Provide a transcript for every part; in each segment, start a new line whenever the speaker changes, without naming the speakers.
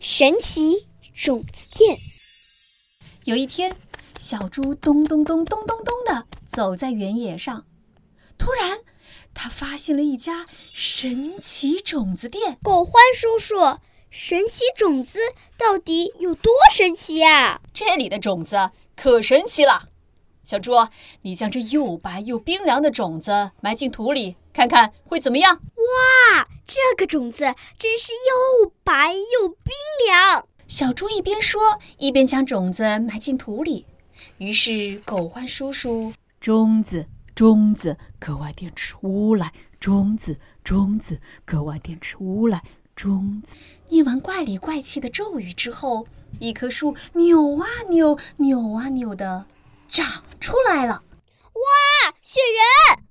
神奇种子店，
有一天，小猪咚咚咚咚咚咚的走在原野上，突然，它发现了一家神奇种子店。
狗獾叔叔，神奇种子到底有多神奇啊？
这里的种子可神奇了。小猪，你将这又白又冰凉的种子埋进土里，看看会怎么样？
哇，这个种子真是又白又冰凉。
小猪一边说，一边将种子埋进土里。于是，狗獾叔叔
中子，中子，格外点出来！中子，中子，格外点出来！中子，
念完怪里怪气的咒语之后，一棵树扭啊扭，扭啊扭的长出来了。
哇，雪人！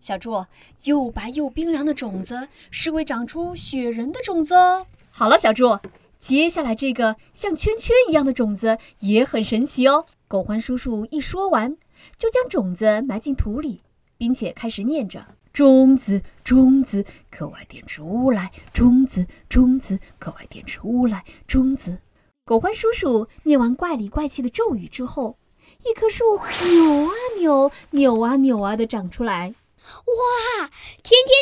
小猪，又白又冰凉的种子是会长出雪人的种子哦。好了，小猪，接下来这个像圈圈一样的种子也很神奇哦。狗獾叔叔一说完，就将种子埋进土里，并且开始念着
中子，中子，格外点出来！中子，中子，格外点出来！中子，
狗獾叔叔念完怪里怪气的咒语之后，一棵树扭啊扭，扭啊扭啊的长出来。
哇，甜甜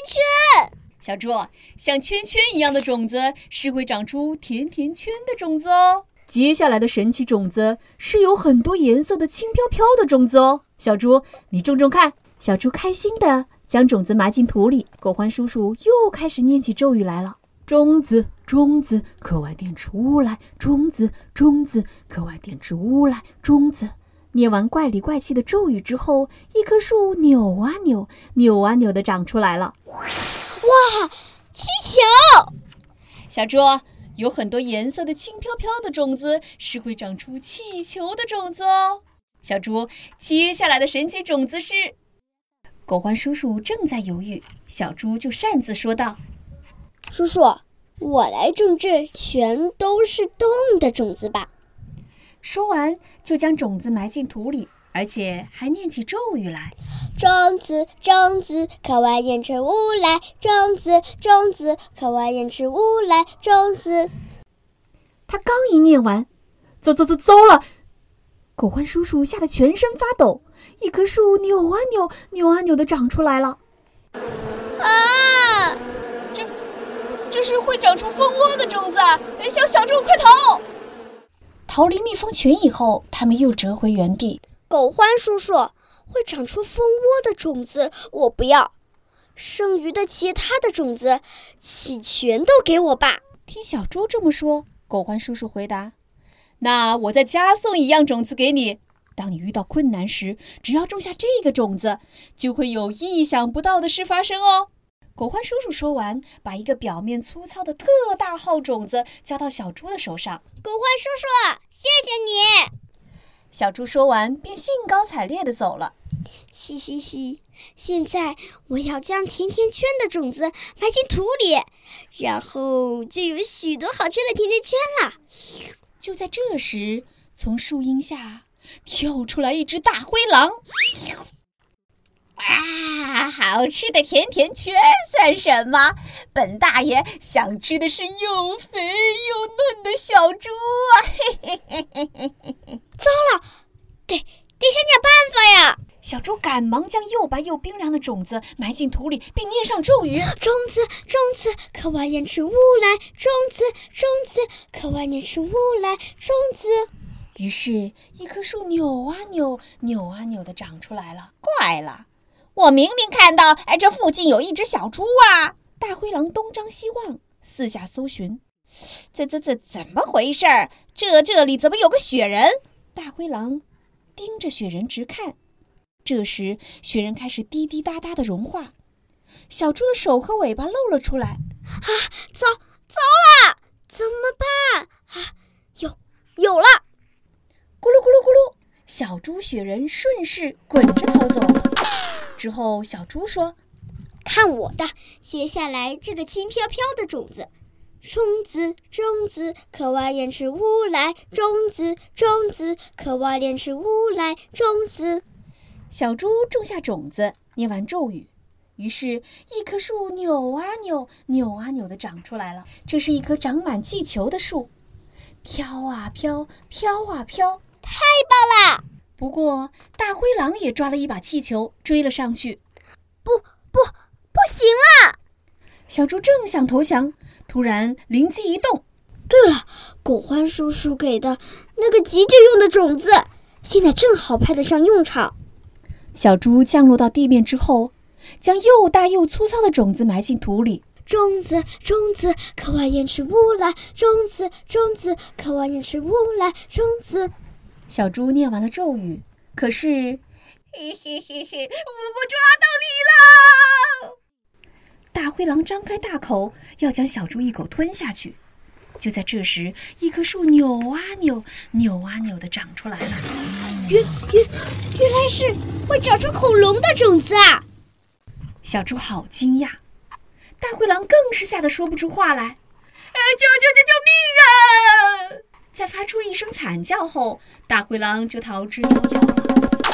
圈！
小猪，哦像圈圈一样的种子是会长出甜甜圈的种子哦。接下来的神奇种子是有很多颜色的轻飘飘的种子哦。小猪，你种种看。小猪开心的将种子埋进土里。狗獾叔叔又开始念起咒语来了。
中子，中子，格外点出来！中子，中子，格外点出来！中子。
念完怪里怪气的咒语之后，一棵树扭啊扭，扭啊扭的长出来了。
哇，气球！
小猪，哦有很多颜色的轻飘飘的种子是会长出气球的种子哦。小猪，接下来的神奇种子是……狗獾叔叔正在犹豫，小猪就擅自说道：“
叔叔，我来种这全都是动的种子吧。”
说完，就将种子埋进土里，而且还念起咒语来：“
种子，种子，可外燕吃乌来；种子，种子，可外燕吃乌来；种子。”
他刚一念完，糟糟糟糟了！狗獾叔叔吓得全身发抖，一棵树扭啊扭，扭啊扭的长出来了。
啊！
这这是会长出蜂窝的种子啊！小小猪，快逃！逃离蜜蜂群以后，他们又折回原地。
狗獾叔叔会长出蜂窝的种子，我不要；剩余的其他的种子，请全都给我吧。
听小猪这么说，狗獾叔叔回答：“那我再加送一样种子给你。当你遇到困难时，只要种下这个种子，就会有意想不到的事发生哦。”狗獾叔叔说完，把一个表面粗糙的特大号种子交到小猪的手上。
狗獾叔叔，谢谢你！
小猪说完，便兴高采烈地走了。
嘻嘻嘻！现在我要将甜甜圈的种子埋进土里，然后就有许多好吃的甜甜圈啦！
就在这时，从树荫下跳出来一只大灰狼。
啊，好吃的甜甜圈算什么？本大爷想吃的是又肥又嫩的小猪啊！嘿嘿嘿嘿嘿嘿！
糟了，得得想点办法呀！
小猪赶忙将又白又冰凉的种子埋进土里，并念上咒语：
种子，种子，可外燕吃乌来；种子，种子，可外燕吃乌来；种子。
于是，一棵树扭啊扭，扭啊扭的长出来了。
怪了！我明明看到，哎，这附近有一只小猪啊！
大灰狼东张西望，四下搜寻，
这、这、这怎么回事儿？这、这里怎么有个雪人？
大灰狼盯着雪人直看。这时，雪人开始滴滴答答的融化，小猪的手和尾巴露了出来。
啊，糟糟了！怎么办？啊，有有了！
咕噜咕噜咕噜，小猪雪人顺势滚着逃走了。之后，小猪说：“
看我的！接下来这个轻飘飘的种子，种子，种子，可外燕吃乌来；种子，种子，可外燕吃乌来；种子。”
小猪种下种子，念完咒语，于是，一棵树扭啊扭，扭啊扭的长出来了。这是一棵长满气球的树，飘啊飘，飘啊飘。
棒啦！
不过大灰狼也抓了一把气球，追了上去。
不行了。
小猪正想投降，突然灵机一动，
对了，狗獾叔叔给的那个急救用的种子，现在正好派得上用场。
小猪降落到地面之后，将又大又粗糙的种子埋进土里。
种子，种子，渴望延迟乌来；种子，种子，渴望延迟乌来；种子，
小猪念完了咒语，可是
嘿嘿嘿嘿，我我抓到你了！
大灰狼张开大口要将小猪一口吞下去。就在这时，一棵树扭啊扭，扭啊扭的长出来了。
原来是会长出恐龙的种子啊！
小猪好惊讶，大灰狼更是吓得说不出话来。
呃，救救救救命啊！
在发出一声惨叫后，大灰狼就逃之夭夭了。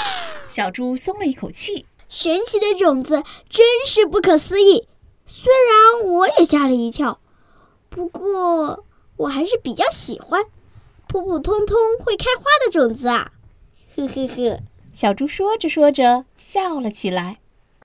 小猪松了一口气。
神奇的种子真是不可思议。虽然我也吓了一跳，不过我还是比较喜欢普普通通会开花的种子啊！呵呵呵。
小猪说着说着笑了起来。